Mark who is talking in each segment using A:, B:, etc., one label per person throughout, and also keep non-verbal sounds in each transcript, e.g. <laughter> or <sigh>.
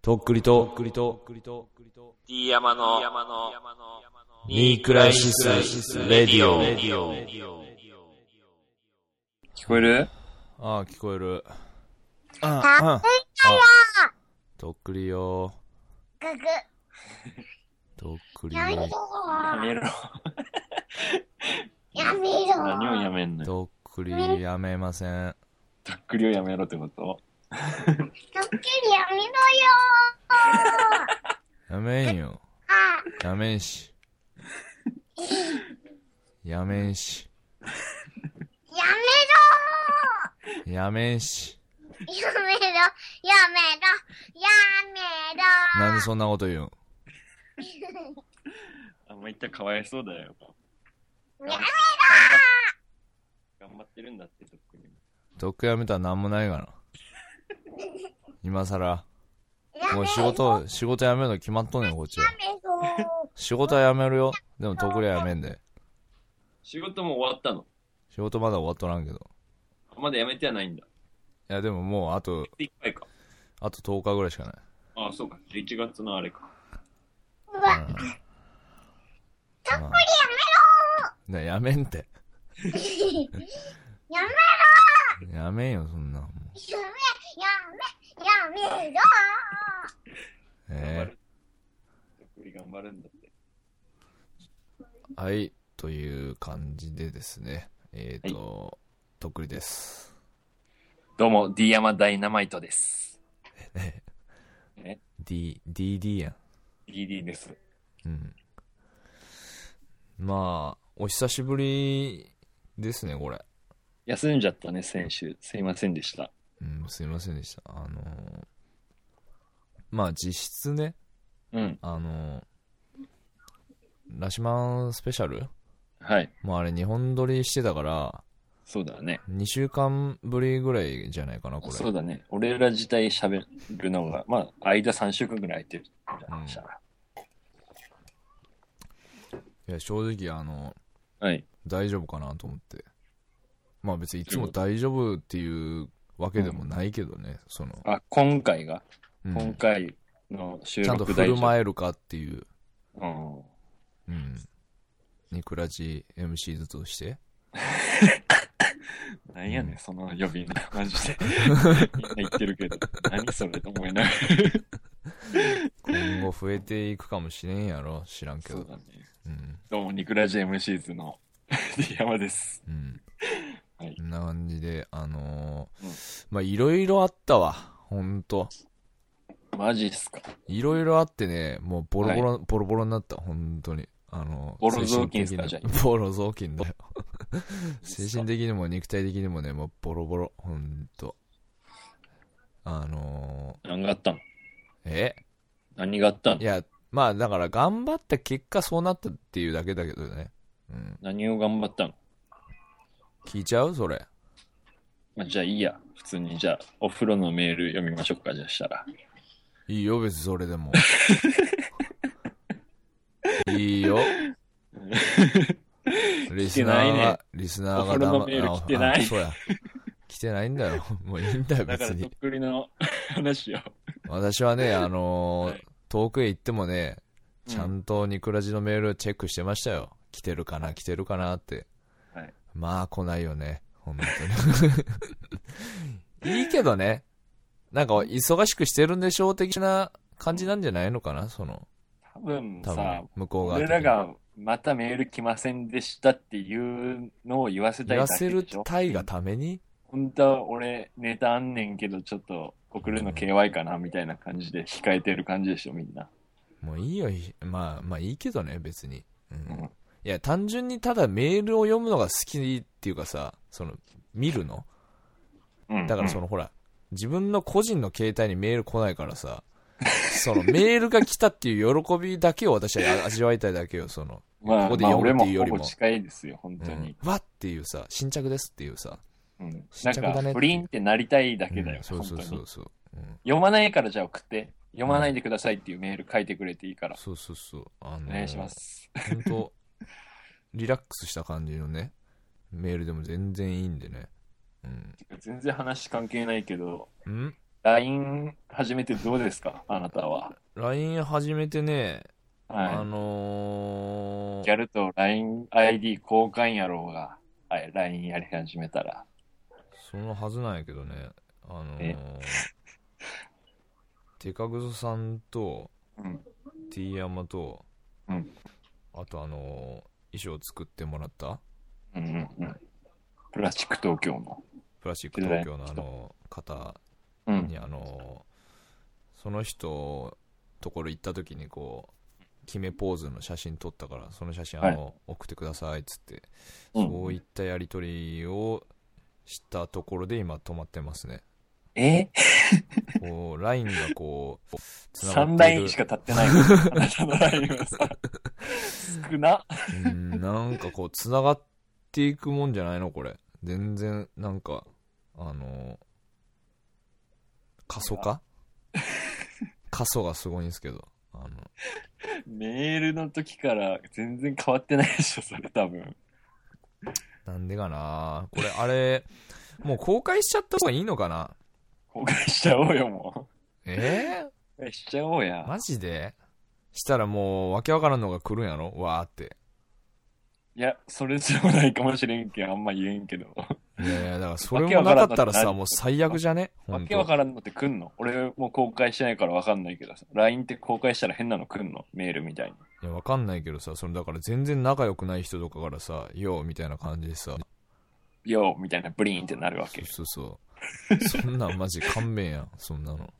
A: とっくりと、
B: D 山の、
A: ニークライシス、レディオ。
C: 聞こえる
A: ああ、聞こえる。
D: たっぷり
A: とっくりよ。
D: だよ、ググ。
A: とっくり
D: やめろ
A: よ。。
C: やめろ。
D: やめろ。
C: 何をやめんのよ。
A: とっくりやめません。
C: とっくりをやめろってこと
D: とっくりやめろよー。
A: やめんよ。
D: あ、
A: やめんし。やめんし。
D: や
A: やめんし。
D: めろー。やめろ。やめろ。やめろ。
A: なんでそんなこと言うん
C: あんま言ったらかわいそうだよ。
D: やめろ
C: 頑張ってるんだって、とっくり。
A: とっくりやめたらなんもないがな。今さら。
D: やめろ。
A: もう仕事、仕事やめるの決まっとんねん、こっちは。
D: やめろ
A: 仕事はやめるよ。でもとっくりはやめんで。
C: 仕事も終わったの。
A: 仕事まだ終わっとらんけど。
C: まだやめてはないんだ。
A: いや、でももうあと、
C: いっぱいか。
A: あと10日ぐらいしかない。
C: ああ、そうか。11月のあれか。
D: ー。うわ、とっくりやめろ
A: ねやめんって。
D: やめろ
A: やめんよ、そんな。もう
D: やめ、やめ、やめろ
A: え
C: とっくり頑張るんだって。
A: ーはい、という感じでですね。えっ、ー、と、とっくりです。
C: どうも、D 山ダイナマイトです。
A: D、DD や
C: DD です。
A: ん。うん。まあ、お久しぶりですね、これ。
C: 休んじゃったね、先週。すいませんでした。
A: うん、すいませんでした。あのーまあ実質ね、
C: うん。
A: あのーラシマンスペシャル
C: はい。
A: もうあれ2本撮りしてたから、
C: そうだね。
A: 2週間ぶりぐらいじゃないかな、これ。
C: そうだね。俺ら自体喋るのが、まあ、間3週間ぐらい空いてる。
A: うんいや、正直、あの、
C: はい。
A: 大丈夫かなと思って。まあ別にいつも大丈夫っていうわけでもないけどね、その、
C: あ、今回が、
A: うん
C: 今回の収
A: ちゃんと
C: 録
A: 振る
C: 大丈
A: 舞えるかっていう、
C: 夫。うん。
A: うん。ニクラジ MC ずつとして。
C: なんやねん、その呼び名、 <laughs> マジで。みんな言ってるけど、何それと思いながら。
A: 今後増えていくかもしれんやろ、知らんけ
C: <laughs> そう
A: ど。
C: だね。
A: うん。
C: どうも、ニクラジ MC ズの <laughs> D 山です。
A: うん。
C: はい
A: こんな感じで、あのー
C: うん
A: まあいろいろあったわ、ほんと。
C: マジっすか。
A: いろいろあってね、もうボロボロ、ボロボロになった、本当に。あの、
C: ボロ雑巾っすか
A: 精神的
C: じ
A: なボロ雑巾だよ。 <laughs> 精神的にも肉体的にもね、もうボロボロ、ほんと。あの
C: 何があったの
A: ー、え
C: 何があったの
A: いや、まあだから頑張った結果そうなったっていうだけだけどね。うん。
C: 何を頑張ったの
A: 聞いちゃうそれ。
C: まあ、じゃあいいや。普通に、じゃあ、お風呂のメール読みましょうか、じゃあしたら。
A: いいよ、別にそれで
C: <laughs>
A: も。いいよ。リスナーが、リスナーが
C: お風呂のメール
A: あ
C: 来てない
A: あそうや。来てないんだよ。もういいんだよ、
C: だか
A: 別
C: ら、とっ
A: に。
C: くりの <laughs> 話を。
A: 私はね、あのー
C: はい
A: 遠くへ行ってもね、ちゃ
C: うん
A: とニクラジのメールチェックしてましたよ。来てるかな、来てるかなって。
C: はい
A: まあ来ないよね、本当に。いい <laughs> けどね、なんか忙しくしてるんでしょう的な感じなんじゃないのかな、その、
C: 多分
A: 多分
C: さ、
A: 向こう側
C: 俺
A: 的に
C: らがまたメール来ませんでしたっていうのを言わせた
A: 言
C: いだ
A: わ
C: け
A: せる
C: でしょ
A: たいがために、
C: 本当は俺ネタあんねんけどちょっと送るの KY かなみたいな感じで控えてる感じでしょみんな、
A: もういいよ、いまあ、まあいいけどね、別に。うん
C: うん
A: いや、単純にただメールを読むのが好きっていうかさ、その、見るの
C: うん、
A: だからそ
C: の
A: の、ほら、自分の個人の携帯にメール来ないからさ、 <laughs> そのメールが来たっていう喜びだけを私は味わいたいだけよ、その、
C: まあ、
A: ここで
C: まあ
A: 読
C: 俺
A: むっ
C: も
A: ていうよ
C: ほ
A: りも
C: ぼ近いですよ本
A: う
C: 当に
A: ん、、わっていうさ、新着ですっていうさ、
C: うん
A: 試
C: なん
A: 着だねっていう
C: かプリンってなりたいだけだよ、
A: うんそうそう
C: 本当
A: そ
C: に
A: うそう。うん
C: 読まないからじゃあ送って読まないでくださいっていうメール書いてくれていいから、
A: そうそうそう。あの
C: お願いしま。す <laughs>
A: 本当リラックスした感じのね、メールでも全然いいんでね。
C: 全然話関係ないけど
A: うん。ん
C: LINE 始めてどうですかあなたは。
A: LINE 始めてね、あ
C: は
A: の
C: い。
A: ー
C: やると LINEID 交換やろうが、はい、LINE やり始めたら。
A: そのはずなんやけどね、あのー
C: え、
A: テカグソさんと、
C: うん。
A: T ヤマと、
C: うん
A: あとあのー衣装作ってもらった
C: うんうんうん。プラスチック東京の。
A: プラスチック東京のあの方
C: うん。
A: にあのーその人ところ行った時にこう決めポーズの写真撮ったからその写真あの、送ってくださいっつって、
C: うん
A: そういったやり取りをしたところで今止まってますね
C: え
A: こうラインがこうつなが
C: ?3
A: っ
C: ラ
A: てい
C: イ
A: る
C: ンしか立ってないから。あなたのラインはさ、少な。
A: うんなんかこうつながっていくもんじゃないのこれ全然なんかあの過疎
C: <laughs>
A: 化過疎がすごいんですけどあの
C: メールの時から全然変わってないでしょ、それ多分。
A: なんでかなこれあれもう公開しちゃった方がいいのかな
C: 公開しちゃおうよ、も
A: え
C: う。公開しちゃおう
A: ー、
C: や。
A: マジでしたらもうわけわからんのが来るんやろわーって
C: いや、それじゃないかもしれんけん、あんま言えんけど。
A: いやいやだからそれもなかったら
C: わけわからんのって
A: さ
C: 何
A: もう最悪じゃね
C: わ
A: 本
C: けわ
A: 当
C: からんのってくんの俺も公開してないからわかんないけどさ。LINE って公開したら変なのくんのメールみたいに。
A: いやわかんないけどさそれだから全然仲良くない人とかからさ「よう」みたいな感じでさ
C: よーみたいなブリーンってなるわけ。
A: そうそうそう。そんなんマジ勘弁やん、そんなの。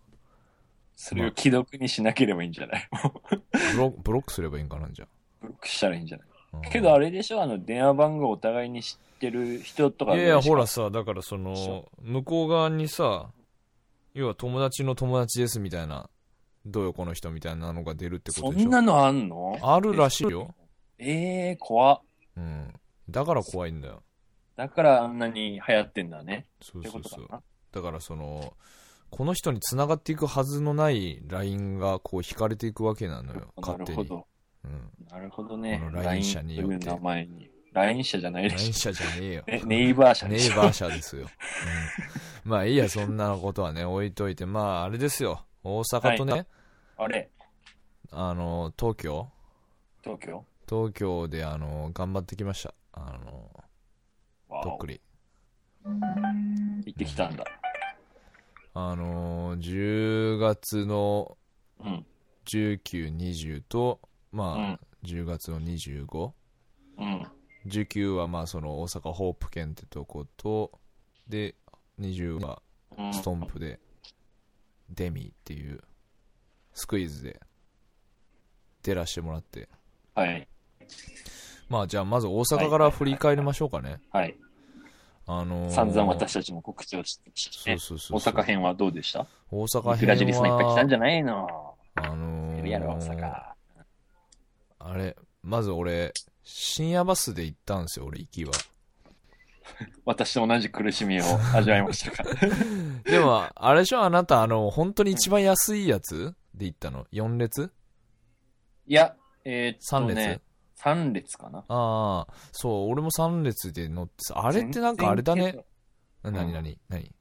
C: それを既読にしなければいいんじゃないもう
A: ブロブロックすればいいんかなんじゃ。
C: ブロックしたらいいんじゃない
A: うん
C: けどあれでしょあの、電話番号お互いに知ってる人とか
A: い
C: で
A: や
C: しょ
A: いや、ほら。さ、だからその
C: そ、
A: 向こう側にさ、要は友達の友達ですみたいな、どうよこの人みたいなのが出るってこ
C: そ
A: とでし
C: ん
A: ょ。
C: なのあんの
A: あるらしいよ。
C: ええー、怖っ
A: うん。だから怖いんだよ。
C: だからあんなに流行ってんだね。
A: そ
C: っ
A: う
C: て
A: そ
C: こ
A: う
C: とか
A: そう。
C: な。
A: だからその、この人に繋がっていくはずのないラインがこう引かれていくわけなのよ。
C: な
A: 勝手
C: るほ
A: に。
C: ど。 <laughs>
A: うん。
C: なるほどね
A: こ。の LINE
C: LINE
A: 社によって
C: という名前に。LINE 社じゃない
A: ラ
C: で
A: イン
C: し
A: 社じゃねえよ
C: ょ。。え <laughs> ネイバー社
A: ネイ
C: でしょ。
A: バー社ですよ。うんまあいいや、そんなことはね、置いといて。まああれですよ。大阪とね、
C: あれ
A: あの、東京
C: 東京
A: 東京で、あの、頑張ってきました。あの、
C: わ
A: とっ
C: お
A: くり。
C: 行ってきたんだ。
A: あの、10月の
C: うん。
A: 19、20と、
C: う
A: ま
C: ん
A: あ、。10月の25。
C: うん。
A: 19は、まあ、その、大阪ホープ県ってとこと、で、20は、
C: うん
A: ストンプで、デミっていう、スクイーズで、出らしてもらって。
C: はい。
A: まあじゃあまず大阪から振り返りましょうかね。
C: はい。
A: あのー、
C: 散々私たちも告知をしてき
A: そ
C: て
A: う。そうそう
C: 大阪。編はどうでした
A: 大阪
C: いくらじリ
A: 編
C: スナーいっぱい来たん
A: は、
C: じゃないの
A: あの
C: い
A: ー、
C: るやろ、大阪。
A: あれ、まず俺、深夜バスで行ったんですよ、俺行き
C: <laughs>
A: は。
C: 私と同じ苦しみを味わいましたか。
A: でも、あれでしょ、あなた、あの、本当に一番安いやつで行ったの ?4 列
C: <laughs> いや、えー、っ
A: ?3
C: と
A: 列、
C: ね、3列かな。
A: ああ、そう、俺も3列で乗ってさ、あれってなんかあれだね。な
C: 然
A: なに
C: うん
A: なになに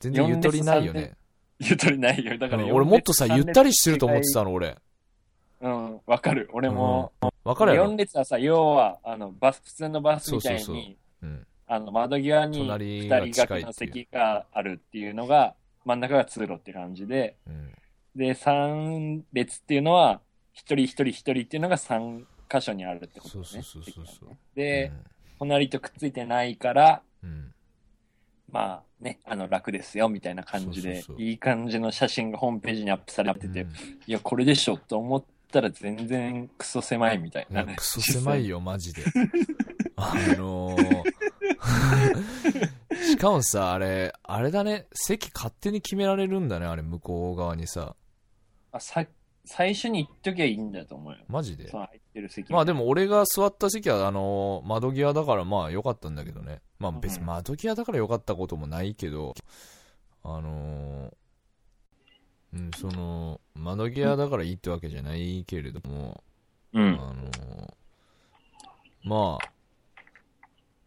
A: 全然ゆとりないよね。
C: ゆとりないよ。だから、
A: うん俺もっとさ、ゆったりしてると思って
C: た。
A: たの、俺。
C: うん、わかる。俺も、
A: うん、わかるや
C: 4
A: ろ。
C: 列はさ、要は、あの、バス、普通のバスみたいに、
A: そうそうそうん。
C: あの、窓際に
A: 隣
C: 2
A: が
C: 人
A: 近いっ
C: 掛けの
A: ていう。
C: 席があるっていうのが、真ん中が通路って感じで、
A: うん。
C: で、3列っていうのは、一人一人一人っていうのが3箇所にあるってことね。
A: そうそうそうそうそう
C: で、隣とくっついてないから、
A: うん、うん。
C: まあね、あの楽ですよみたいな感じで
A: そうそうそう
C: いい感じの写真がホームページにアップされてて、
A: うん
C: いや、これでしょと思ったら全然クソ狭いみたい
A: い
C: な
A: や
C: ね。
A: クソ狭い
C: よ。 <laughs>
A: よ、マジで。 <laughs> あのー、 <laughs> しかもさ、あれ、あれだね、席勝手に決められるんだね、あれ、向こう側にさ。
C: あさ最初に言っときゃいいんだと思うよ。
A: マジで
C: そ。の入ってる席
A: まあでも俺が座った席はあのー窓際だからまあ良かったんだけどね。まあ別に
C: うん
A: 窓際だから良かったこともないけど、あのーうん、その、窓際だからいいってわけじゃないけれども、
C: う
A: あ
C: ん。
A: のーま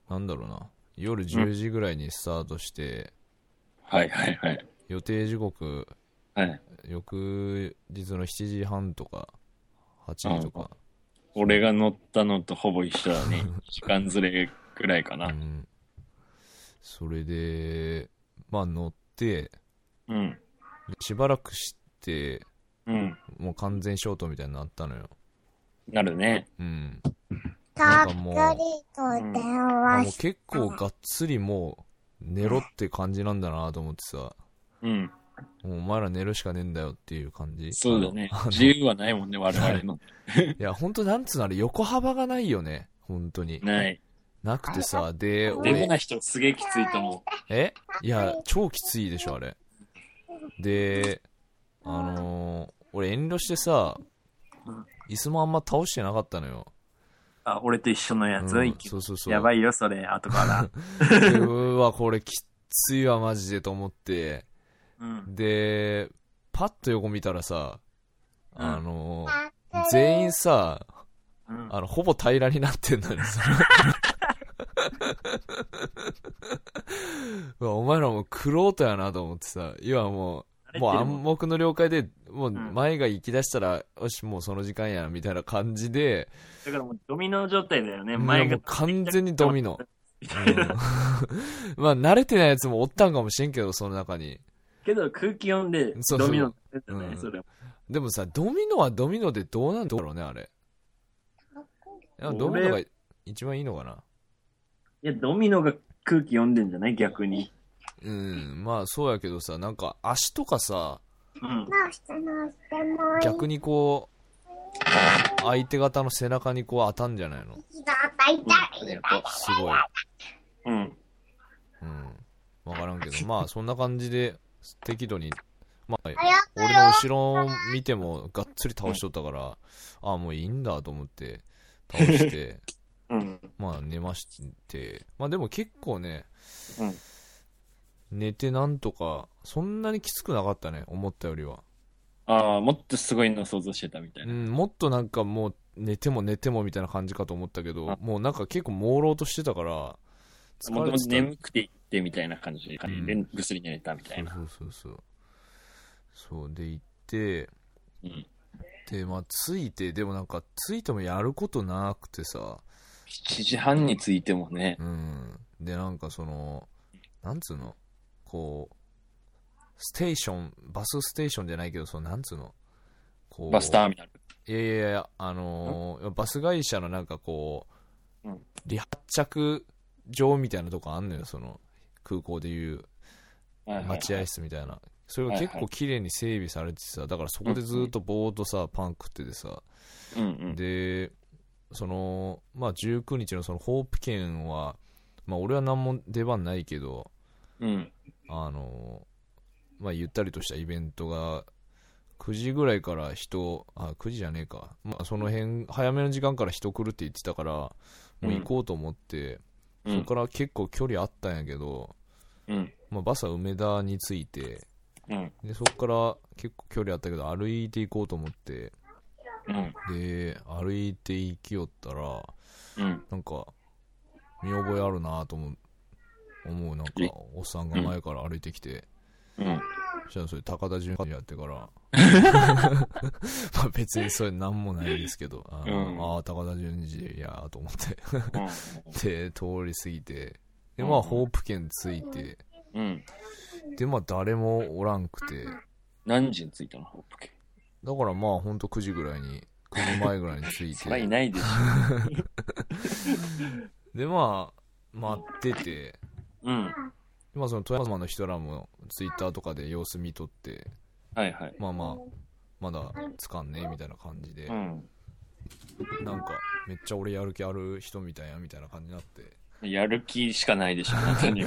A: あ、なんだろうな。夜10時ぐらいにスタートして、
C: はいはいはい。
A: 予定時刻
C: はい。
A: 翌日の7時半とか8時とか、
C: 俺が乗ったのとほぼ一緒だ
A: <laughs>
C: ね。時間ずれくらいかな
A: う。ん、それでまあ乗って
C: うん。
A: でしばらくして
C: うん。
A: もう完全ショートみたいになったのよ
C: なるね。
A: うん
D: た
A: なん
D: っぷ
A: か
D: り
A: も
D: と
A: う
D: 電
A: あも
D: 話
A: う
D: して
A: 結構がっつりもう寝ろって感じなんだなと思ってさ
C: うん。
A: もうお前ら寝るしかねえんだよっていう感じ
C: そうだね
A: あ。の
C: 自由はないもんね、我々の。
A: いや本当なんつうのあれ横幅がないよね本当に
C: ない。
A: なくてさで
C: デブ
A: 俺
C: な人すげえきついと思
A: えいや超きついでしょあれであのー俺遠慮してさ
C: うん
A: 椅子もあんま倒してなかったのよ、
C: う。あ、俺と一緒のや
A: うんそうそうそう
C: いよ、それ、
A: <laughs>
C: 後から。
A: でうわこれきっついわマジでと思って
C: うん。
A: でパッと横見たらさ
C: うん
A: あのー
D: たっぷり
A: 全員さ
C: うん
A: あのほぼ平らになってんのに
C: <laughs>
A: さうわお前らもう苦労とやなと思ってさ今もうもう暗黙の了解でもう
C: うん
A: 前が行き出したら、よしもうその時間やみたいな感じで、
C: だからもうドミノ状態だよね、
A: も
C: 前
A: う
C: が。
A: 完全にドミノ、
C: みたい
A: う
C: な
A: ん <laughs> まあ慣れてないやつもおったんかもしれんけどその中に
C: けど空気読んで
A: そうそう
C: ドミノになってたね、
A: うん
C: それ。
A: でもさドミノはドミノでどうなんだろうねあれなんかドミノが一番いいのかない
C: や、ドミノが空気読んでんじゃない逆に。
A: うんまあそうやけどさなんか足とかさ
C: うん。
D: 直して直してもう
A: 逆にこう相手方の背中にこう当たんじゃないの
D: 一度抱いたい
A: すごい
C: うん。
A: うん分からんけどまあそんな感じで適度にまあ
D: あや
A: 俺の後ろを見てもがっつり倒しとったから、ああもういいんだと思って倒して
C: <laughs> うん。
A: まあ寝ましてまあでも結構ね、
C: うん
A: 寝てなんとかそんなにきつくなかったね思ったよりは、
C: ああ、もっとすごいの想像してたみたいうな。
A: ん、もっとなんかもう寝ても寝てもみたいな感じかと思ったけど
C: あ
A: もうなんか結構朦朧としてたから
C: もとも
A: 疲
C: と
A: れて
C: 眠くて行ってみたいな感じで、
A: ん
C: でぐっすり寝れたみたい
A: た
C: な。
A: そうそうそうそうそうで行って
C: うん。
A: でまあ着いてでもなんか着いてもやることなくてさ、
C: 7時半に着いてもね、
A: うん、でなんかそのなんつうのこうステーションバスステーションじゃないけどそのなんつうのこう
C: バスターミナル。
A: いやいやいやあのーバス会社のなんかこう、
C: うん
A: 離発着場みたいなとこあんのよその空港でいう
C: はいはい
A: 待合室みたいな、それが結構綺麗に整備されてさだからそこでずっとぼーっとさ、パン食っててさ
C: うんうん。
A: でその、まあ、19日のそのホープ券は、まあ、俺は何も出番ないけど
C: うん。
A: あの、まあ、ゆったりとしたイベントが9時ぐらいから人あ9時じゃねえか、まあ、その辺早めの時間から人来るって言ってたからもう行こうと思って、
C: う
A: そ
C: ん
A: こから結構距離あったんやけど、
C: うん。
A: まあ、バスは梅田に着いて
C: うん。
A: でそこから結構距離あったけど歩いて行こうと思って
C: うん。
A: で歩いて行きよったら
C: うん。
A: なんか見覚えあるなと思う思うなんか
C: え
A: おっさんが前から歩いてきて、
C: うん。
A: そしたらそれ高田純次やって
C: <laughs>
A: からまあ別にそれなんもないですけどあの、
C: うん
A: あー高田純次やと思っ
C: うん
A: てで通り過ぎてで
C: うん
A: まあホープ券ついて
C: うん。
A: でまあ誰もおらんくてだか
C: 何時に着いたのホップケ
A: らまあほんと9時ぐらいに9時前ぐらいに着い
C: <laughs> そりゃい
A: て
C: ないでしょ。
A: でまあ待ってて
C: うん。
A: まあその富山の人らもツイッターとかで様子見とって
C: はいはい。
A: まあまあまだつかんねえみたいな感じで、
C: うん。
A: なんかめっちゃ俺やる気ある人みたいやみたいな感じになって
C: やる気しかない <laughs> でしょ、本当に。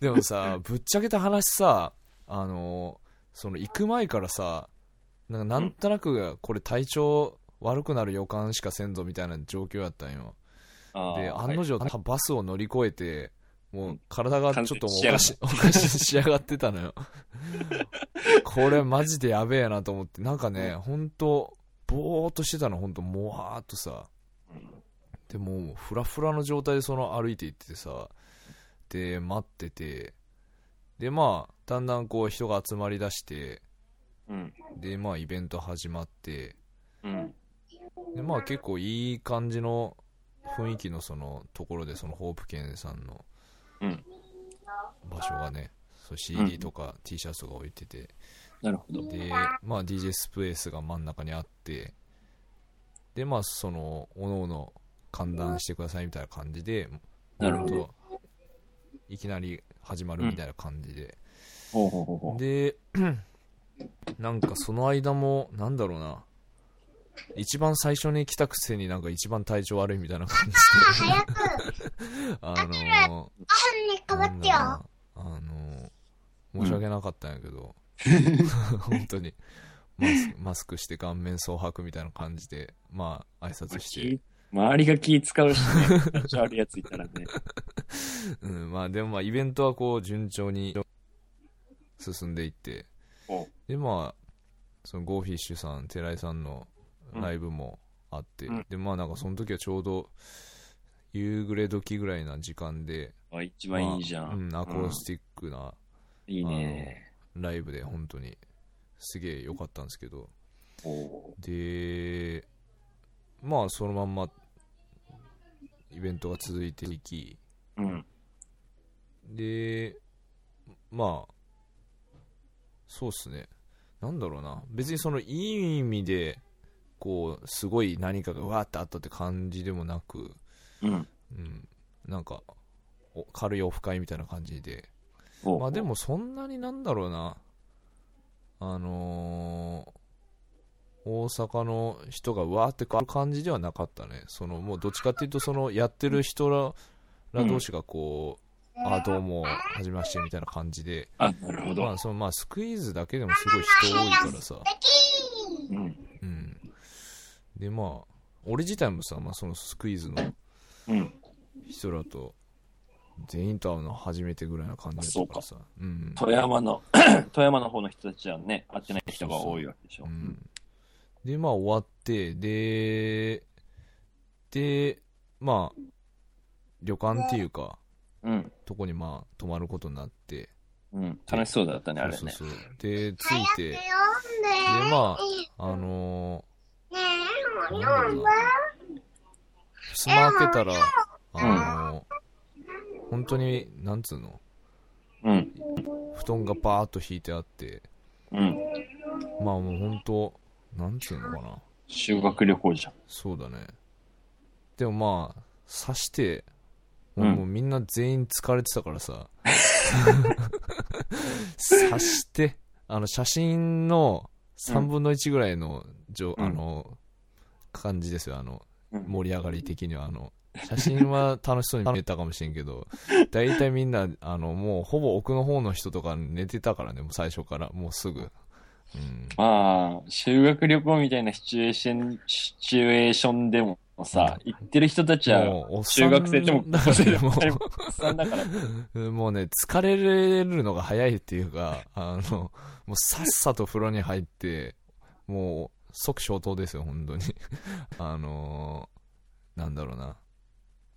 A: でもさぶっちゃけた話さあのその行く前からさなんかなんとなくこれ体調悪くなる予感しかせんぞみたいな状況やったんよ
C: あー
A: で
C: はい
A: 案の定、バスを乗り越えてもう体がちょっともうお
C: 完全
A: か
C: に
A: し
C: 仕
A: おかし仕上がってたのよこれマジでやべえなと思ってなんかね本当ぼーっとしてたの本当もわーっとさでもうフラフラの状態でその歩いていってさで待っててでまあだんだんこう人が集まりだして
C: うん。
A: でまあイベント始まって
C: うん。
A: でまあ結構いい感じの雰囲気のそのところでそのホープケンさんの
C: うん
A: 場所がね、そう
C: う
A: CD
C: ん
A: とか T シャツとか置いてて、
C: なるほど。
A: でまあ DJ スペースが真ん中にあってでまあそのおのおの観覧してくださいみたいな感じで
C: なるほど。
A: といきなり始まるみたいな感じで、
C: ほうほうほうほう。
A: で <clears throat> なんかその間もなんだろうな一番最初に来たくせになんか一番体調悪いみたいな <laughs> 感じ
D: あ、早く。あ、
A: であの
D: ね、変わってよ。
A: なんだろうなあの申し訳なかったんやけ
C: <laughs>
A: ど、本当にマスクマスクして顔面蒼白みたいな感じでまあ挨拶して、
C: 周りが気使うし <laughs> ね。気持ち悪いやついたらね。
A: うん、まあでもまあイベントはこう順調に進んでいって
C: おう
A: でまあそのゴーフィッシュさん寺井さんのライブもあって、
C: うん
A: でまあなんかその時はちょうど夕暮れ時ぐらいな時間で、
C: あ一番いいじゃ
A: まあ
C: ん。
A: うん、アコースティックな
C: うんいいね。
A: ライブで本当にすげえ良かったんですけど
C: おお
A: でまあそのまんまイベントが続いていき
C: う。うん。
A: でまあそうっすねなんだろうな別にそのいい意味でこうすごい何かがわーってあったって感じでもなく、
C: うん。
A: うん、なんかお軽いオフ会みたいな感じで
C: おう
A: まあで。もそんなになんだろうなあのー大阪の人がわーって変わる感じではなかったねそのもうどっちかっていうとそのやってる人らら同士がこう、あどうもはじめましてみたいな感じで
C: あ、なるほ
A: ま
C: ど。
A: あそのまあスクイーズだけでもすごい人多いからさ
D: 素敵
C: うん。
A: うんでまあ俺自体もさ、まあ、そのスクイーズの
C: うん。
A: 人らと全員と会うの初めてぐらいな感じだったからさうん
C: 富山の、 <clears throat> 富山の方の人たちはね、会ってない人が多いわけでしょ。
A: うん、でまあ終わってででまあ旅館っていうか
C: うん。
A: とこにまあ泊まることになって
C: うん。楽しそうだったね、あれ
A: そう
C: ね。
A: そうそうで着
D: 早
A: い
D: く
A: て
D: 読ん
A: で
D: で。
A: まああの
D: ねえ、
A: ー、
D: もう
A: なんだろ
D: 読
A: うんな
D: だ。
A: ふすま開けたらあのー、本当になんつうの
C: うん。
A: 布団がバーッと引いてあって
C: うん。
A: まあもう本当なんつうのかな
C: 修学旅行じゃん。
A: そうだねでもまあ刺して
C: うん
A: もうもうみんな全員疲れてたからさ刺してあの写真の3分の1ぐらいの,、じょ
C: うん
A: あの感じですよあの
C: うん
A: 盛り上がり的にはあの写真は楽しそうに見えたかもしれんけど大体みんなあのもうほぼ奥の方の人とか寝てたからねもう最初からもうすぐ、うん、
C: まあ、修学旅行みたいなシチュエーション、シチュエーションでもさ、行ってる人たちは、
A: もうおっさ
C: 中
A: ん
C: 学生でも
A: だ
C: 高校
A: か
C: 生で
A: ら
C: も
A: も
C: 当
A: う
C: たり前おっさんだから。
A: <laughs> もうね、疲れるのが早いっていうか、あの、もうさっさと風呂に入って、もう即消灯ですよ、本当に。 <laughs> あのー、なんだろうな。
C: <laughs>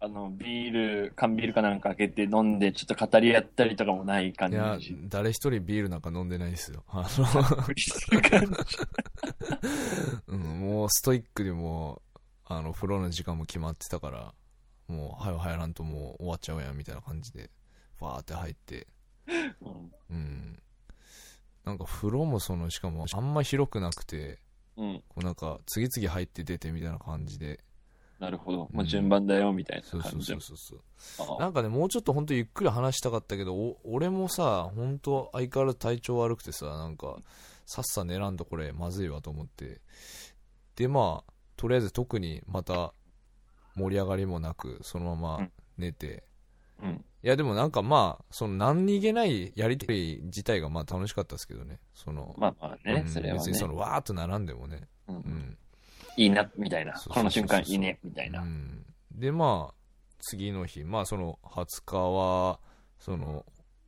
C: あの、ビール、缶ビールかなんか開けて飲んで、ちょっと語り合ったりとかもない感
A: いや
C: <laughs> じ。、
A: 誰一人ビールなんか飲んでないですよ。あ
C: 無理する感じ。
A: の、 <laughs> うん、もうストイックでもう、あの、風呂の時間も決まってたから、もう、はよ入らんともう終わっちゃうやん、みたいな感じで、わーって入って、
C: うん
A: うん。なんか風呂もその、しかもあんま広くなくて、
C: うん。
A: こうなんか次々入って出てみたいな感じで
C: なるほど。もう順番だよ、みたい
A: そう
C: な
A: そ
C: 感
A: う
C: じ
A: そ
C: だ
A: うそうそう
C: あ
A: なんかねもうちょっと本当ゆっくり話したかったけどお俺もさ本当相変わらず体調悪くてさなんかさっさ寝らんとこれまずいわと思ってでまあとりあえず特にまた盛り上がりもなくそのま
C: う
A: ま
C: ん
A: 寝て、
C: うん。
A: いやでもなんかまあその何にげないやりとり自体がまあ楽しかったですけどねその、
C: まあまあね
A: う、ん
C: それは
A: 別にそ
C: ね。
A: のわーっと並んでもね、
C: うん
A: うん、
C: いいな、みたいな。
A: そうそうそうそう
C: この瞬間いいね、みたいうな。
A: ん、でまあ次の日まあその20日はその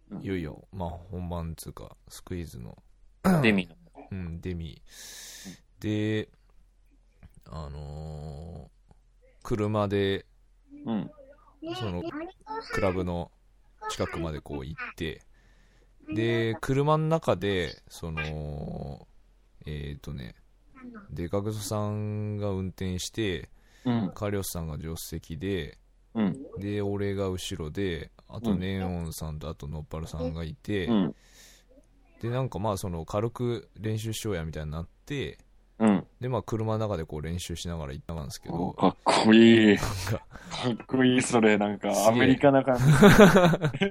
C: うん
A: いよいよ、まあ、本番つうかスクイーズの、
C: デミの。
A: うん、デミであのー車で
C: うん。
D: ねえ
A: その
D: ねえ
A: クラブの近くまでこう行って
D: <laughs>
A: で、車の中で、その、えっ、とね、デカグソさんが運転して、
C: うん。
A: カリオスさんが助手席で、
C: うん。
A: で、俺が後ろで、あと
C: うん
A: ネオンさんとあとノッパルさんがいて、
C: うん。
A: で、なんかまあ、その、軽く練習しようやみたいになって、
C: うん。
A: で、まあ、車の中でこう練習しながら行ったんですけ
C: お
A: ど、
C: かっこいい。か
A: なんか、
C: っこいい、それ。なんか
A: す、げえ
C: アメリカな感じ。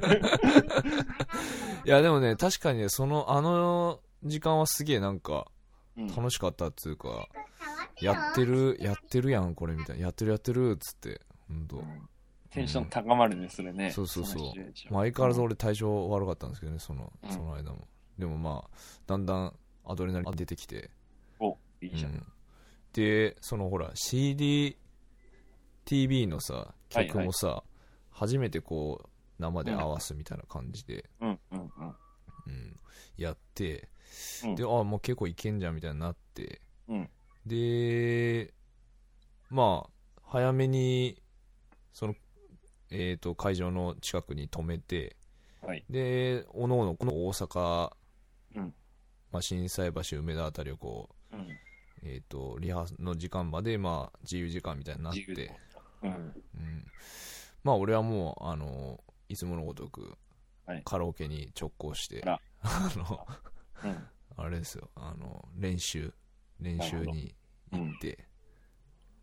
A: いや、でもね、確かにね、その、あの時間はすげえなんか、
C: うん
A: 楽しかったっつうか、やってる、やってるやん、これみたいな、やってるやってるっつって、ほんと。
C: テンション高まるね、それね。
A: そうそうそう
C: のシチュエーション
A: まあ、相変わらず俺体調悪かったんですけどねその
C: うん
A: その間も、でもまあだんだんアドレナリン出てきて、
C: お、いいじゃん。
A: うんでそのほら CDTV のさ
C: はい
A: 曲もさ、初めてこう生で合わすみたいな感じで、
C: うん、うん、うん。
A: うんやって、
C: うん
A: であもう結構いけんじゃんみたいになって、
C: うん
A: でまあ早めにその、えー、と会場の近くに止めて、
C: はい
A: でおのおのこの大阪、
C: うん
A: まあ、心斎橋梅田あたりをこう、
C: うん。
A: えー、とリハの時間まで、まあ、自由時間みたいになっ
C: 自由
A: て
C: で、うん。
A: うん、まあ俺はもうあのいつものごとく、
C: はい
A: カラオケに直行して
C: あら
A: あの
C: うん。
A: あれですよ、あの、練習、練習に行って、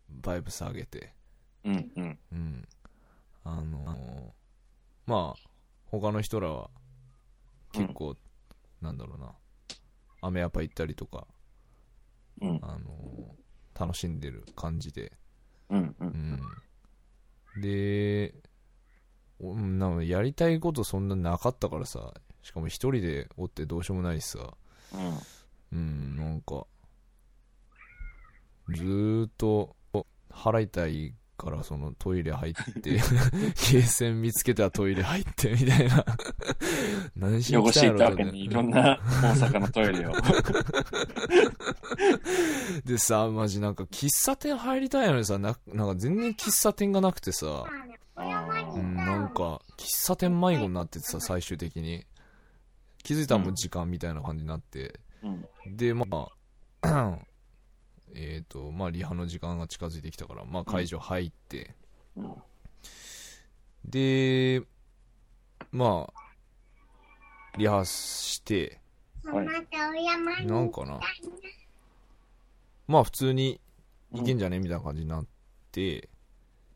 A: バイブス上げて、
C: うん。うん。
A: うん。あの、まあ、他の人らは、結構、なんだろうな、アメアパ行ったりとか、
C: うん。
A: あの、楽しんでる感じで、
C: うん。う。
A: うんん。で、おなんかやりたいことそんななかったからさ、しかも一人でおってどうしようもないしさ、
C: う
A: う
C: ん。
A: ん、なんか、ずーっと払いたいから、そのトイレ入って、 <laughs> ゲーセン見つけたらトイレ入って、みたいな。 <laughs> 何しに
C: 汚
A: 来
C: した
A: ん
C: い
A: や
C: っ
A: ろ
C: てわ
A: と
C: け
A: ね
C: に、いろんな大阪のトイレ <laughs> を。
A: でさ、マジなんか喫茶店入りたいのにさ、ななんか全然喫茶店がなくてさ、うん、なんか喫茶店迷子になっててさ、最終的に。気づいたらもう時間みたいな感じになって、
C: うん。
A: でまあ <clears throat> えっとまあリハの時間が近づいてきたから、まあ、会場入って、
C: うん
A: でまあリハしてなんかなまあ普通にいけんじゃねみたいな感じになって、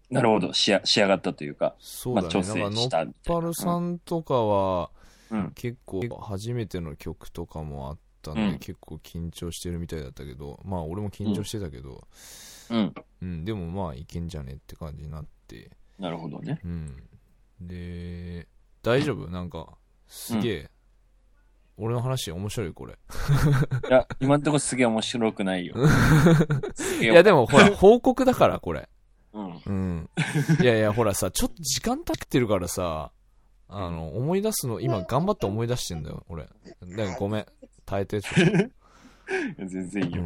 C: なるほど。仕上仕上がったというか。
A: そうだね、
C: まあ調整
A: なんかノ
C: した
A: ッパルさんとかは
C: うん。
A: 結構初めての曲とかもあったんで、
C: うん
A: 結構緊張してるみたいだったけどまあ俺も緊張してたけど、
C: うん。
A: うん、でもまあいけんじゃねって感じになって、
C: なるほどね。
A: うん、で大丈夫なんかすげえ、俺の話面白いこれ
C: いや、今んとこすげえ面白
A: <laughs>
C: くないよ。す
A: い
C: げえ。
A: やでもほ <laughs> ら報告だからこれ
C: うん。
A: うんいやいやほらさちょっと時間経ってるからさあの思い出すの今頑張って思い出してんだよ俺だからごめん耐えてちょっと
C: 全然いいよ。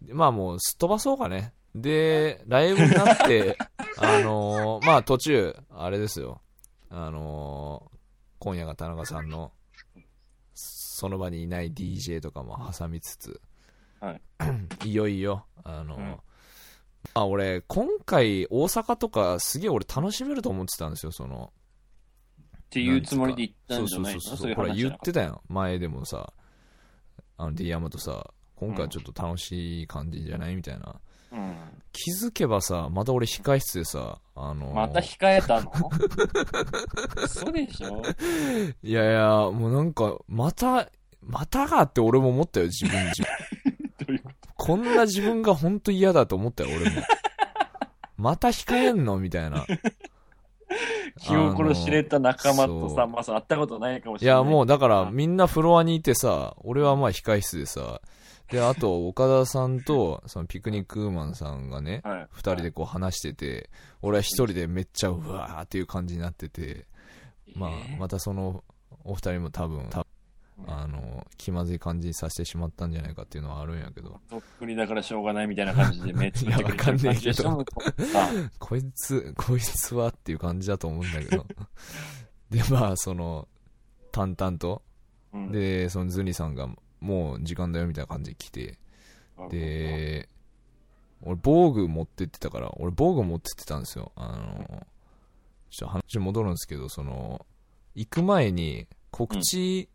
C: うん。
A: でまあもうすっ飛ばそうかねでライブになって
C: <laughs>
A: あのーまあ途中あれですよあのー今夜が田中さんのその場にいない DJ とかも挟みつつ、、
C: はい
A: よ <clears throat> いよあのー、
C: うん
A: まあ俺今回大阪とかすげえ俺楽しめると思ってたんですよその
C: っていうつもりで言ったんじゃない
A: そ
C: の
A: うそう
C: そ
A: そううそう
C: い
A: うほら
C: 話じゃ
A: 言
C: な
A: っ
C: か
A: てたやん前でもさあの D ヤマとさ今回はちょっと楽しい感じじゃないみたいな
C: た。うん。
A: 気づけばさまた俺控室でさあのー
C: また控えたの嘘で
A: <laughs>
C: しょ
A: いやいやもうなんかまたまたがって俺も思ったよ自分
C: <laughs>
A: 自分
C: どういうこ
A: こんな自分が本当嫌だと思ったよ
C: <laughs>
A: 俺もまた控えんのみたいな
C: と気を殺しれた仲間と
A: あ
C: さ、
A: の
C: まさ、会ったことないかもし
A: い
C: れな
A: や、
C: い。
A: もうだからみんなフロアにいてさ、俺はまあ控室でさ、で、あと岡田さんと、そのピクニックウーマンさんがね、
C: はい、
A: 二人でこう話してて、俺は一人でめっちゃうわーっていう感じになってて、まあ
C: えー、
A: またその、お二人も多分、たあの、気まずい感じにさせてしまったんじゃないかっていうのはあるんやけど、 <laughs>
C: とっくりだからしょうがないみたいな感じでめっち
A: <laughs>
C: ゃ
A: いやわかんねえけど
C: しょもうさ
A: こい <laughs> つ、こいつはっていう感じだと思うんだけど、で、まあ、その、淡々と。
C: うん、
A: で、そのズニさんが、もう時間だよみたいな感じで来て。で、俺防具持ってってたから、俺防具持ってってたんですよ。あの、ちょっと話戻るんですけど、その、行く前に告知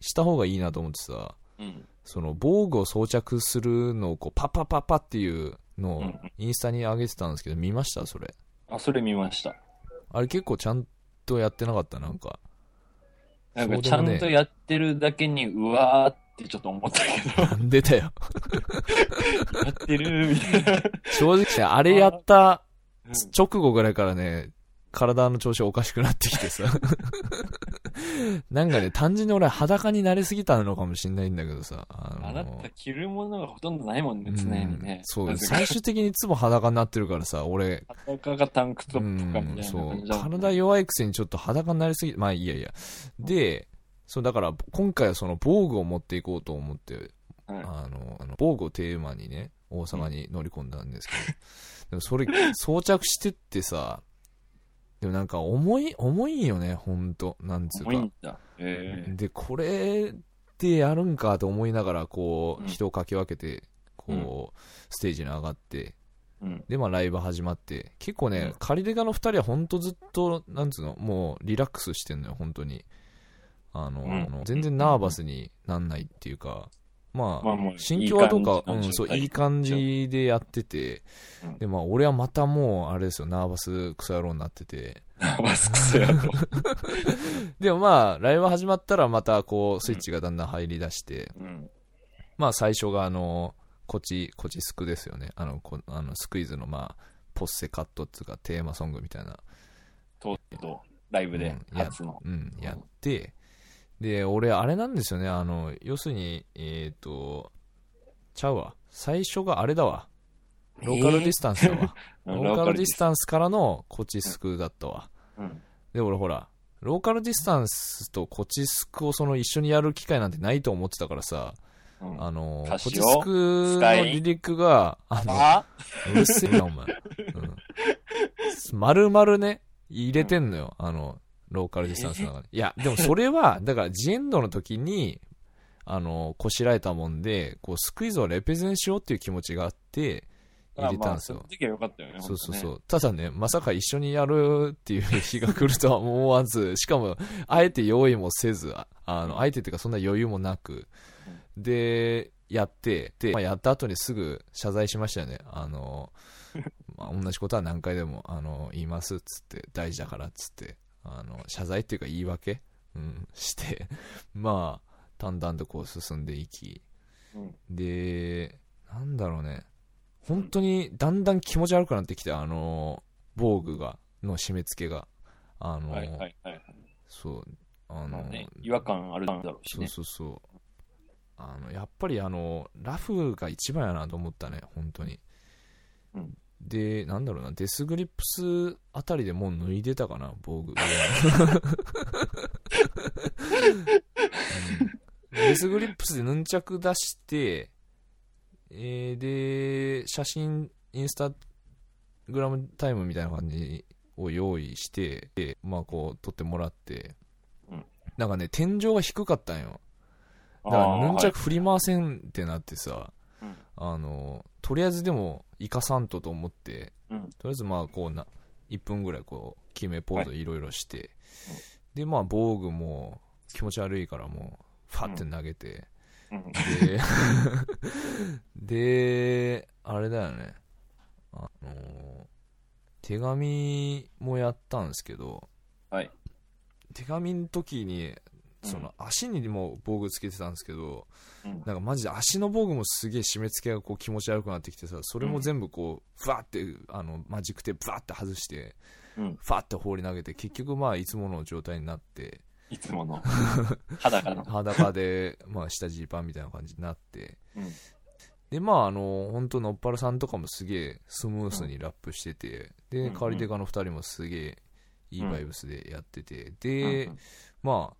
A: した方がいいなと思ってさ、
C: うん、
A: その防具を装着するのをこうパッパッパッパっていうのを
C: うんうん
A: インスタに上げてたんですけど、見ましたそれ。
C: あ、それ見ました。
A: あれ結構ちゃんとやってなかった、なんか。
C: なんかち
A: そう
C: ゃ
A: でもね
C: んとやってるだけに、うわーってちょっと思っ
A: <laughs>
C: たけ
A: なんでだよ。
C: ど、やってるみたいな。
A: 正直ね、あれやった
C: うん
A: 直後ぐらいからね、体の調子おかしくなってきてさ。 <laughs> なんかね、単純に俺裸になりすぎたのかもしんないんだけどさ。あの
C: あなた着るものがほとんどないもんね、常に
A: う
C: ね
A: ん。そう
C: な
A: で
C: ぜ
A: す。
C: か
A: 最終的にいつも裸になってるからさ、俺、
C: 裸がタンクトップかみた
A: う
C: いな感
A: ん
C: じ
A: そ
C: だ
A: う
C: もんね
A: 体弱いくせにちょっと裸になりすぎまあいいやいやでそうだから今回はその防具を持っていこうと思って、
C: はい
A: あのあの防具をテーマにね大阪に乗り込んだんですけど、 <laughs> でもそれ装着してってさでもなんか重い重いんよねほんとなんつうか
C: 重いんだ。え
A: でこれでやるんかと思いながらこ
C: う
A: うん人をかき分けてこう、ステージに上がって
C: えうん。
A: で、まあ、ライブ始まって、結構ね、
C: うん
A: カリデカの2人は本当ずっと、なんつうの、もうリラックスしてんのよ、本当に。あの、
C: うん
A: あの全然ナーバスになんないっていうか、まあ、
C: まあもう、
A: 心境はどうか、
C: いい感じの
A: うん、そう、
C: 状態
A: いい感じでやってて
C: うん、
A: で、まあ、俺はまたもう、あれですよ、ナーバスクソ野郎になってて、
C: マスクスやろ。
A: でもまあ、ライブ始まったらまた、こう、スイッチがだんだん入り出して、
C: <laughs> うん。
A: まあ、最初が、あの、コチ、コチスクですよね。あの、こあのスクイーズの、まあ、ポッセカットっていうか、テーマソングみたいな。
C: とうとう、ライブで、
A: うんいや
C: 初の。
A: うん、やって、で、俺、あれなんですよね、あの、要するに、えっ、と、ちゃうわ、最初があれだわ、ローカルディスタンスだわ、
C: <laughs> うん
A: ローカルディ
C: ス
A: スタンスからのコチスクだったわ。
C: うん
A: で、俺、ほら、ローカルディスタンスとコチスクをその一緒にやる機会なんてないと思ってたからさ、
C: うん
A: あの、コ
C: 歌詞
A: チ
C: を
A: スクの離陸が、あの、
C: あ
A: うるせえな、お前。うん。丸々ね、入れてんのよ、あの、ローカルディスタンスの中に。いや、でもそれは、だから、ジエンドの時に、あの、こしらえたもんで、こう、スクイズをレペゼンしようっていう気持ちがあって、入れたんですよ
C: まあまあその。時は良かったよね。。
A: そうそうそうう。ただね、まさか一緒にやるっていう日が来るとは思わ <laughs> ず、しかも、あえて用意もせず、ああの、あえてっていうかそんな余裕もなく、で、やって、で、まあ、やった後にすぐ謝罪しましたよね。あ <laughs> の、まあ、同じことは何回でも、あの、言います、つって、大事だから、つって、あの、謝罪っていうか言い訳、うん、して、まあ、淡々とこう進んでいき、
C: うん
A: で、なんだろうね。本当にだんだん気持ち悪くなってきて、あの、防具が、の締め付けが。あの、
C: はいはいはい。
A: そう、あ
C: まあ
A: の、
C: ね、違和感あるだろうし
A: そう
C: ね。
A: そうそう。あの、やっぱりあの、ラフが一番やなと思ったね、本当に。
C: うん
A: で、なんだろうな、デスグリップスあたりでもう脱いでたかな、防
C: <laughs>
A: 具。うんデスグリップスでヌンチャク出して、えーで、写真、インスタグラムタイムみたいな感じを用意して、でまあこう、撮ってもらって、
C: うん
A: なんかね、天井が低かったんよ。だか
C: あ
A: ら、
C: ー
A: ヌンチャク
C: は
A: 振り回せんってなってさ、
C: いうん
A: あの、とりあえずでも、生かさんとと思って、
C: うん
A: とりあえずまあ、こうな、1分ぐらいこう、決めポーズいろいろして、
C: うん
A: で、まあ、防具も気持ち悪いからもう、ファって投げて、
C: うん
A: で、で、あれだよね、あの、手紙もやったんですけど、
C: はい
A: 手紙の時に、その足にも防具つけてたんですけど、
C: うん
A: なんかマジで足の防具もすげえ締め付けがこう気持ち悪くなってきてさそれも全部こうふわってあのマジックテープふわって外して
C: うん
A: ふわって放り投げて結局まあいつもの状態になって
C: いつ
A: <laughs>
C: もの裸の。
A: 裸でまあ下ジーパンみたいな感じになって
C: うん
A: でまああの本当のっぱらさんとかもすげえスムースにラップしてて
C: うん
A: で
C: うん
A: カリデカの2人もすげえいいバイブスでやっててで
C: うん
A: ま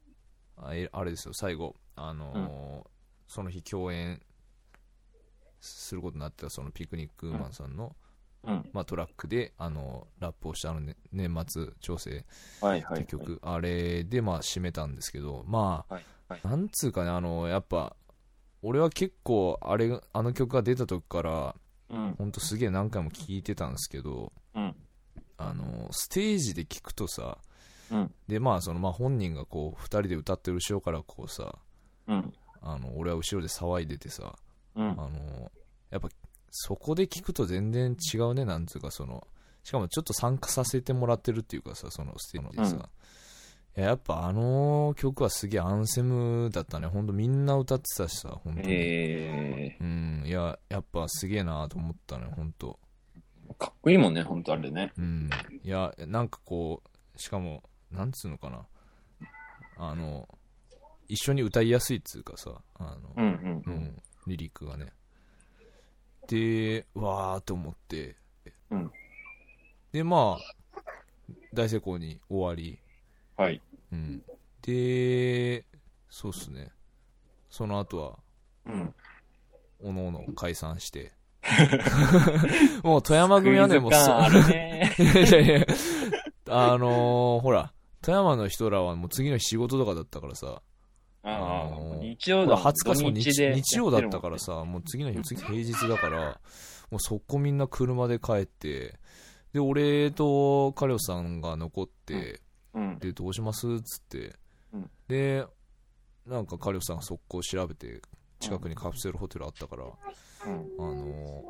A: あ、あえあれですよ、最後、あのーその日共演することになってたそのピクニックウーマンさんの
C: うん。
A: まあ、トラックであのラップをしたあの、ね、年末調整
C: はいはい、は
A: 結
C: い。
A: 局、あれでまあ締めたんですけどま
C: はいはい
A: あなんつうかねあのやっぱ俺は結構あれあの曲が出た時から
C: うん。
A: ほんとすげえ何回も聴いてたんですけど
C: うん。
A: あのステージで聴くとさ
C: うん。
A: でまあそのまあ本人がこう2人で歌ってる後ろからこうさ
C: うん。
A: あの俺は後ろで騒いでてさ
C: うん。
A: あのやっぱそこで聞くと全然違うねなんつうかそのしかもちょっと参加させてもらってるっていうかさそのステージでさ、
C: うん
A: いややっぱあの曲はすげえアンセムだったねほんとみんな歌ってたしさほんとに、
C: え
A: うんいややっぱすげえなと思ったねほんと
C: ー、かっこいいもんね、ほんとあれね。
A: うんいやなんかこうしかもなんつうのかなあの一緒に歌いやすいっつうかさあの、
C: うんうん
A: う
C: うん。
A: ん、リリックがね。で、わーと思って、
C: うん
A: で、まあ、大成功に終わり、
C: はい。
A: うん、で、そうっすね、その後は、
C: うん。
A: おのおの解散
C: <laughs>
A: して、もう富山組はね、もう
C: クイズ
A: そ
C: 感ある
A: <laughs>
C: ね。
A: いやいやいやあのーほら、富山の人らはもう次の日仕事とかだったからさ、
C: ああ、
A: の
C: 日曜
A: ほら
C: だ。
A: 20日そう
C: 土
A: 日
C: 日で
A: 日曜だったからさ、もう次の日、次平日だから、もうそこみんな車で帰って、で、俺とカレオさんが残って、
C: うん。
A: で、どうしますっつって
C: うん、
A: で、なんかカレオさんが速攻調べて、近くにカプセルホテルあったから、
C: うん。
A: あのー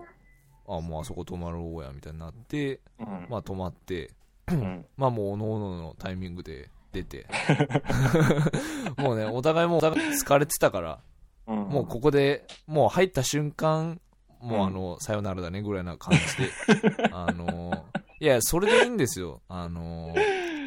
A: あ、もうあそこ泊まろうや、みたいになって、
C: うん。
A: まあ泊まって、
C: うん。
A: まあもう、おのおののタイミングで出て。もうね、お互いもうお互い疲れてたから、
C: うん。
A: もうここで、もう入った瞬間、もうあの、さよならだねぐらいな感じで、あの、いや、それでいいんですよ。あの、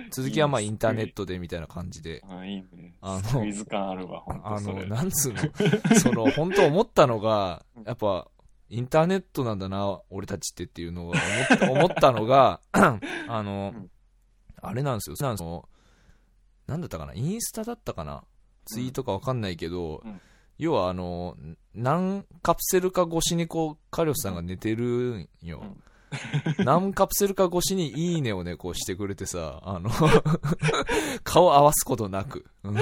A: 続きはまあインターネットでみたいな感じで、
C: あいいね。
A: あの
C: スクイズ感あるわ、ほんと
A: あ
C: そ
A: の、
C: れ。
A: なんつう
C: <laughs>
A: の、その、本当思ったのが
C: うん、
A: やっぱ、インターネットなんだな、俺たちってっていうのが思っ、思ったのが、 <clears throat> あの
C: うん、
A: あれなんですよ、なんですよなんだったかな、インスタだったかな、ツイートかわかんないけど、
C: うん
A: 要はあの、何カプセルか越しにこう、カリオスさんが寝てるんよ。何カプセルか越しにいいねをね、こうしてくれてさ、あの、顔合わすことなく。 <laughs> うん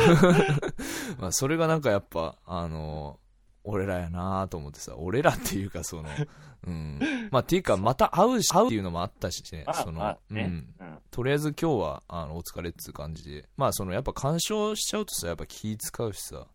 A: まあそれがなんかやっぱ、あの、俺らやなと思ってさ、俺らっていうかその、うん。まあっていうか、また会うし、会うっていうのもあったしね、
C: あ
A: その、
C: まあ
A: う
C: ね
A: ん。
C: うん。
A: とりあえず今日はあのお疲れっつう感じでまあそのやっぱ干渉しちゃうとさやっぱ気使うしさ
C: ま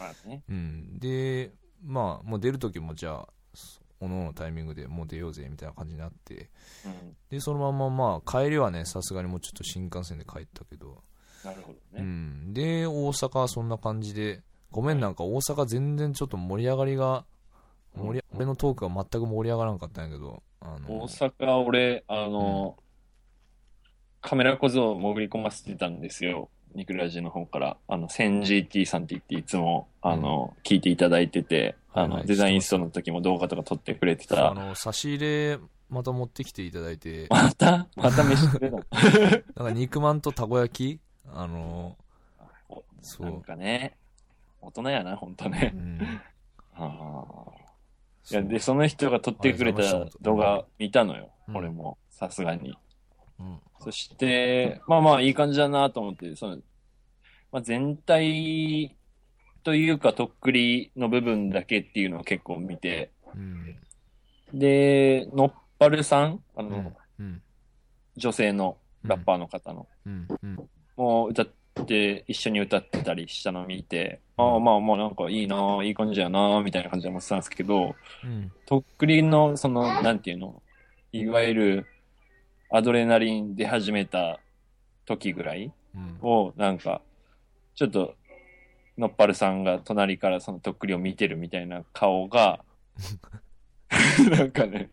C: あね。
A: うんでまあもう出る時もじゃあそおのおのタイミングでもう出ようぜみたいな感じになって
C: うん。
A: でそのまままあ帰りはねさすがにもうちょっと新幹線で帰ったけど、
C: なるほど
A: う
C: ね。
A: んで大阪はそんな感じでごめんなんか大阪全然ちょっと盛り上がりが盛り俺のトークが全く盛り上がらなかったんやけどあ
C: 大
A: の
C: 阪、俺、あの、カメラ小僧を潜り込ませてたんですよ。ニクラジの方から。あの、1000GT さんって言っていつも、あの、聞いていただいてて、あ
A: はい
C: の、
A: はい
C: デザインストの時も動画とか撮ってくれて
A: あ
C: た。
A: の差し入れまた持ってきていただい
C: <laughs>
A: て
C: またまた飯食れたの
A: なんか肉まんとたこ焼きあのそう
C: なんかね、大人やな、ほんとね
A: う。ん。
C: ああ。い
A: そ
C: や、
A: う
C: で、その人が撮ってくれ
A: あれ
C: た
A: 楽しそう
C: 動画見たのよ。
A: うん
C: 俺も、さすがに。
A: うん
C: そして、まあまあいい感じだなと思って、その、まあ全体というか、とっくりの部分だけっていうのを結構見て、
A: うん。
C: で、のっぱるさん、あの、
A: うん。うん。
C: 女性のラッパーの方の、
A: うん。うん。
C: もう歌って、一緒に歌ってたりしたの見て、ああまあまあなんかいいな、いい感じやな、みたいな感じで思ってたんですけど、
A: うん。
C: とっくりの、その、なんていうの、いわゆる、アドレナリン出始めた時ぐらい
A: うん。
C: を、なんか、ちょっと、のっぱるさんが隣からそのとっくりを見てるみたいな顔が、 <laughs> なんかね、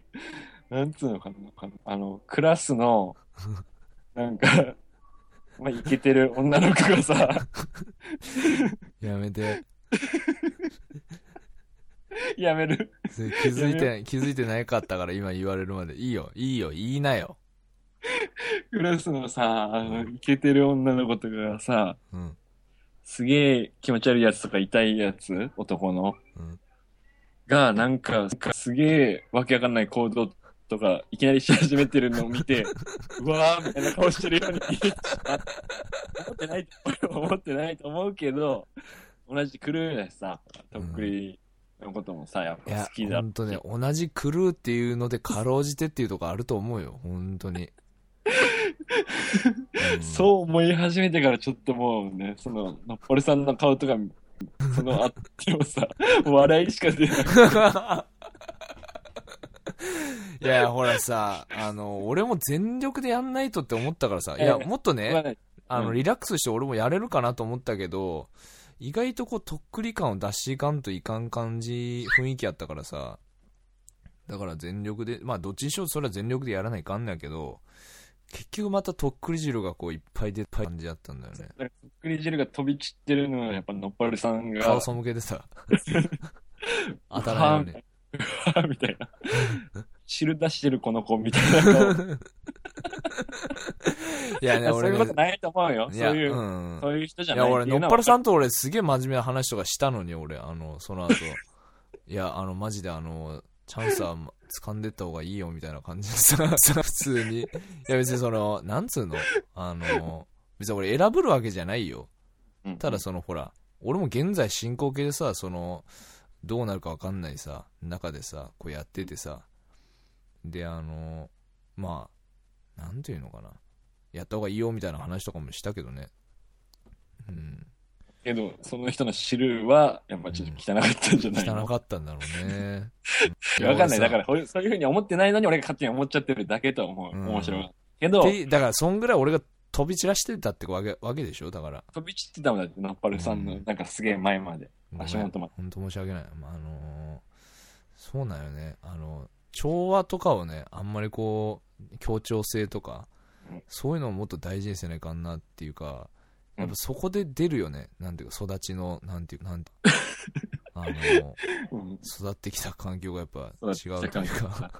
C: なんつうのかな、あの、クラスの、なんか、まあ、イケてる女の子がさ、
A: やめ
C: <laughs>
A: て。
C: やめる。
A: それ気づいて、気づいてないかったから今言われるまで。いいよ、いいよ、言いなよ。
C: クラスのさ、あの、イケてる女の子とかがさ、
A: うん。
C: すげえ気持ち悪いやつとか痛いやつ、男の、
A: うん
C: が、なんか、なんかすげえわけわかんない行動とかいきなりし始めてるのを見
A: <laughs>
C: て、うわーみたいな顔してるように見えてしまった思ってないと思うよ、思ってないと思うけど、同じクルーだしさ、とっくりのこともさ、やっ
A: い
C: ぱ
A: や
C: 好きだ
A: 本当ね同じクルーっていうのでかろうじてっていうとこあると思うよ本当
C: <laughs>
A: に、うん
C: そう思い始めてからちょっともうね、その、のっぽりさんの顔とか、そのあってもさ、笑いしか出ない。
A: いやほらさあの俺も全力でやんないとって思ったからさいや
C: ええ
A: もっとね、
C: まあね
A: あの
C: うん
A: リラックスして俺もやれるかなと思ったけど意外とこうとっくり感を出していかんといかん感じ雰囲気やったからさだから全力でまあどっちにしろそれは全力でやらないかんだけど結局またとっくり汁がこういっぱい出た感じだったんだよね
C: なんかそっくり汁が飛び散ってるのはやっぱのっぽりさんが、
A: 顔背けて
C: <laughs>
A: さ当たらないよね
C: うわ <laughs> みたいな。汁出してるこの子みたいな顔。
A: いやね
C: そう
A: 俺
C: いう
A: ね
C: ことないと思うよ。
A: い
C: そう
A: や
C: いう、
A: うん
C: そういう人じゃ
A: い
C: な
A: や
C: い
A: 俺
C: ってい
A: の
C: う
A: っ
C: の
A: ぱ
C: は
A: らさんと俺すげえ真面目な話とかしたのに俺あのその後 <laughs> いやあのマジであのチャンスは掴んでった方がいいよみたいな感じでささ普通にいや別にそのなんつうのあの別に俺選ぶるわけじゃないよ
C: うん
A: ただそのほら俺も現在進行形でさそのどうなるかわかんないさ中でさこうやっててさであのまあなんていうのかなやった方がいいよみたいな話とかもしたけどねうん
C: けど、その人の汁は、やっぱちょっと汚かったんじゃない
A: 汚
C: の
A: かったんだろうね
C: いや <laughs> わかんない。だからら、そういうそういうふうに思ってないのに俺が勝手に思っちゃってるだけと思う。
A: うん
C: 面白い。けど、
A: だからそんぐらい俺が飛び散らしてたってわけわけでしょだから
C: 飛び散ってたもんだって、ナッパルさん
A: う
C: の
A: ん、
C: なんかすげえ前まで。
A: ごめん
C: 足元まで
A: 本当申し訳ない、まあ、あのーそうなんよねあの調和とかをねあんまりこう協調性とか
C: うん
A: そういうのをもっと大事にせないかんなっていうか
C: うん
A: やっぱそこで出るよね、なんていうか育ちのなんていうなんて
C: <laughs>
A: あの
C: うん。
A: 育ってきた環境がやっぱ
C: そう
A: 違
C: だ
A: うというか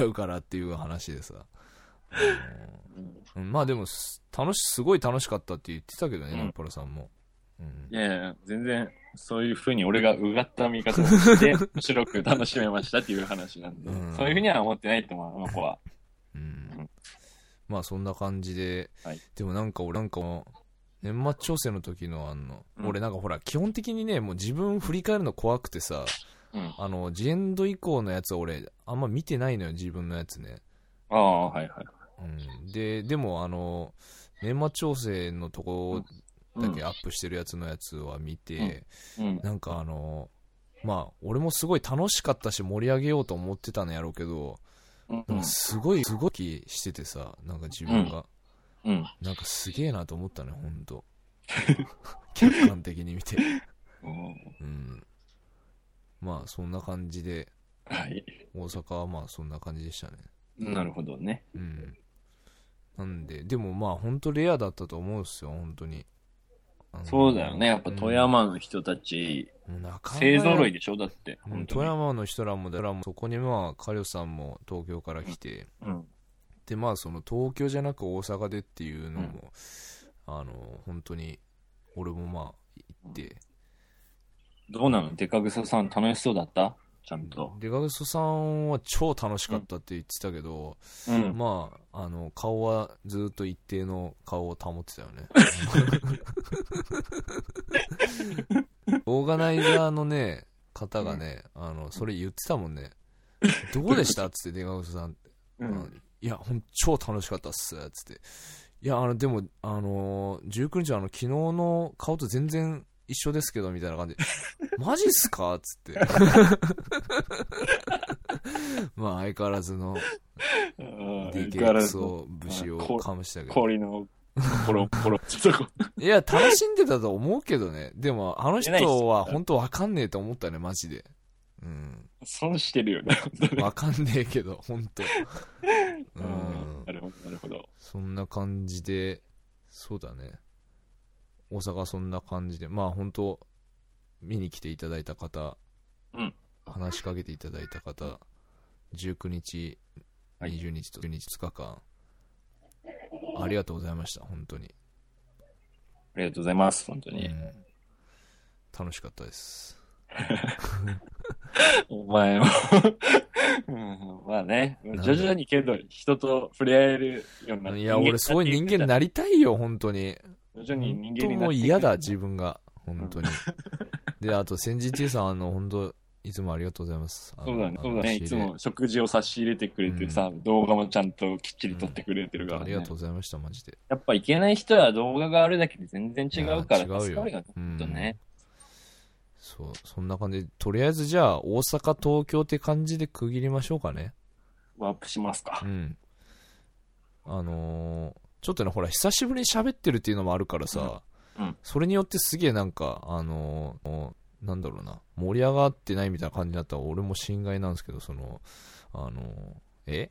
A: 違うからっていう話でさ、あのうんまあでもす楽しすごい楽しかったって言ってたけどね、
C: うん
A: ナッパロさんも、うん
C: い、やいや、全然、そういうふうに俺がうがった見方
A: <laughs>
C: をして、面白く楽しめましたっていう話なんで、
A: うん
C: そういうふうには思ってないと思う、あの子は。
A: うんまあそんな感じで、
C: はい
A: でもなんか俺なんかもう年末調整の時のあの、
C: うん
A: 俺なんかほら基本的にねもう自分振り返るの怖くてさ
C: うん。あ
A: あのジエンド以降のやつは俺あんま見てないのよ自分のやつね
C: あ、はいはい。
A: うん、ででもあの年末調整のとこだけアップしてるやつのやつは見て、
C: うん。
A: なんかあのまあ俺もすごい楽しかったし盛り上げようと思ってたのやろうけど、
C: うん。
A: なんかすごいすごい気しててさなんか自分が、
C: うん。
A: なんかすげえなと思ったねほん
C: <laughs>
A: と客観的に見て
C: うん
A: うんまあそんな感じで
C: はい。
A: 大阪はまあそんな感じでしたね
C: なるほどね。
A: うん。なんで、でもまあ、本当レアだったと思うんですよ、本当に。あの
C: そうだよね。やっぱ富。山の人たち、
A: うんなかなか
C: 勢揃いでしょだって。
A: うん
C: 本当に
A: 富。山の人らも、だからもうそこにまあ、カリョさんも東京から来て、
C: うん。
A: でまあ、その東京じゃなく大阪でっていうのも、あの、本当に、俺もまあ、行って、
C: どうなのデカグサさん楽しそうだったちゃんと。
A: でガグソさんは超楽しかったって言ってたけど、
C: うん。
A: まあ、あの、顔はずっと一定の顔を保ってたよ
C: <laughs>
A: ね。オーガナイザーのね、方がね、あの、それ言ってたもんね。どうでしたっつって、出川さんって。
C: う
A: あの
C: ん。
A: いや、ほん超楽しかったっす。つって。いや、あの、でも、あのー、19日はあの、昨日の顔と全然一緒ですけど、みたいな
C: <laughs>
A: 感じで。マジっすかっつって。 <laughs> まあ、相変わらずの。DKX を武士をかむしたけど
C: 氷のポロポロ <laughs> ちょっとこ
A: いや楽しんでたと思うけどねでもあの人
C: 出ないっす
A: は本当わかんねえと思ったねマジでうん
C: う損してるよね。
A: わかんねえけど本
C: <laughs>
A: 当う
C: うん
A: ん
C: なるほど、なるほど。
A: そんな感じでそうだね大阪はそんな感じでまあ本当見に来ていただいた方、
C: うん
A: 話しかけていただいた方19日
C: はい
A: 20日と1日2日間ありがとうございました本当に
C: ありがとうございます、本当
A: う
C: に。
A: ん楽しかったです
C: お前も <laughs> うん、まあね
A: ん、だ
C: 徐々にけど、人と触れ合えるようになって。
A: いや、俺すごい人間に
C: な。
A: なりたいよ、本当に。
C: 徐々に人間
A: 本
C: に
A: 当
C: な
A: もう
C: って。
A: 嫌だ、自分が。本当に。で、あと、千治千恵さん、あの、本当いつもありがとうございます。あの
C: そうだね、そうだね。いつ。
A: あの
C: も仕事を差し入れてくれてさ、動画もちゃんときっちり撮ってくれてる
A: 仕入
C: か
A: れ
C: ら、ね
A: ありがとうございました、マジで。
C: やっぱいけない人は動画があるだけで全然違うから、
A: いや違うよ
C: 助かるよね、
A: う
C: ほんとね
A: ん。。そう、そんな感じで、とりあえずじゃあ、大阪、東京って感じで区切りましょうかね。
C: ワープしますか
A: う。ん。あのーちょっとね、ほら、久しぶりに喋ってるっていうのもあるからさ、
C: うんうん
A: それによってすげえなんか、あのーもうなんだろうな、盛り上がってないみたいな感じだったら、俺も心外なんですけど、その、あのーえ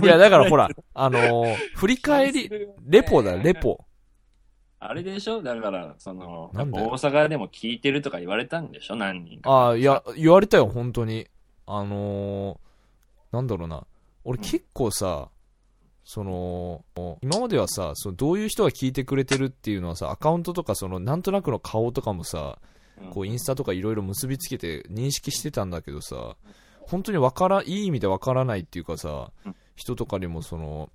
A: いや、だからほら、あの
C: <laughs>
A: ー振り返り、レポだ、レ。ポ。
C: あれでしょだから、その、や
A: な
C: っ
A: ん
C: ぱ
A: だよ
C: 大阪でも聞いてるとか言われたんでしょ何人か。
A: ああ、いや、言われたよ、本当に。あのーなんだろうな。俺
C: うん
A: 結構さ、その、今まではさ、そのどういう人が聞いてくれてるっていうのはさ、アカウントとか、その、なんとなくの顔とかもさ、
C: うん
A: こう、インスタとかいろいろ結びつけて認識してたんだけどさ、本当にわから、いい意味でわからないっていうかさ
C: うん、
A: 人とかにもその、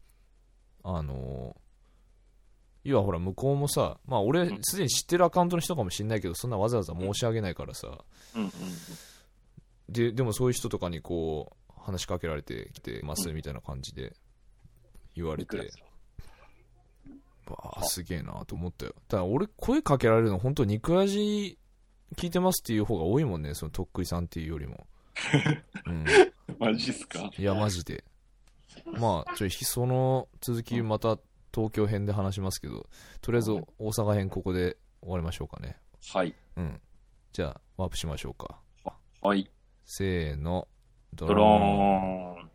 A: あのー要はほら、向こうもさ、まあ俺
C: ん、
A: すでに知ってるアカウントの人かもしんないけど、そんなわざわざ申し上げないからさ、
C: うんうん
A: ででもそういう人とかにこう話しかけられてきてますみたいな感じで言わ
C: うん。
A: れ
C: いくら
A: て、わあすげえなと思ったよただ俺声かけられるの本当肉味聞いてますっていう方が多いもんねそのとっくりさんっていうよりも、うん、
C: マジっすか
A: いやマジでまあちょひその続きまた東京編で話しますけどとりあえず大阪編ここで終わりましょうかね
C: はい。
A: うんじゃあワープしましょうか
C: はい。
A: せーのド
C: ドローン。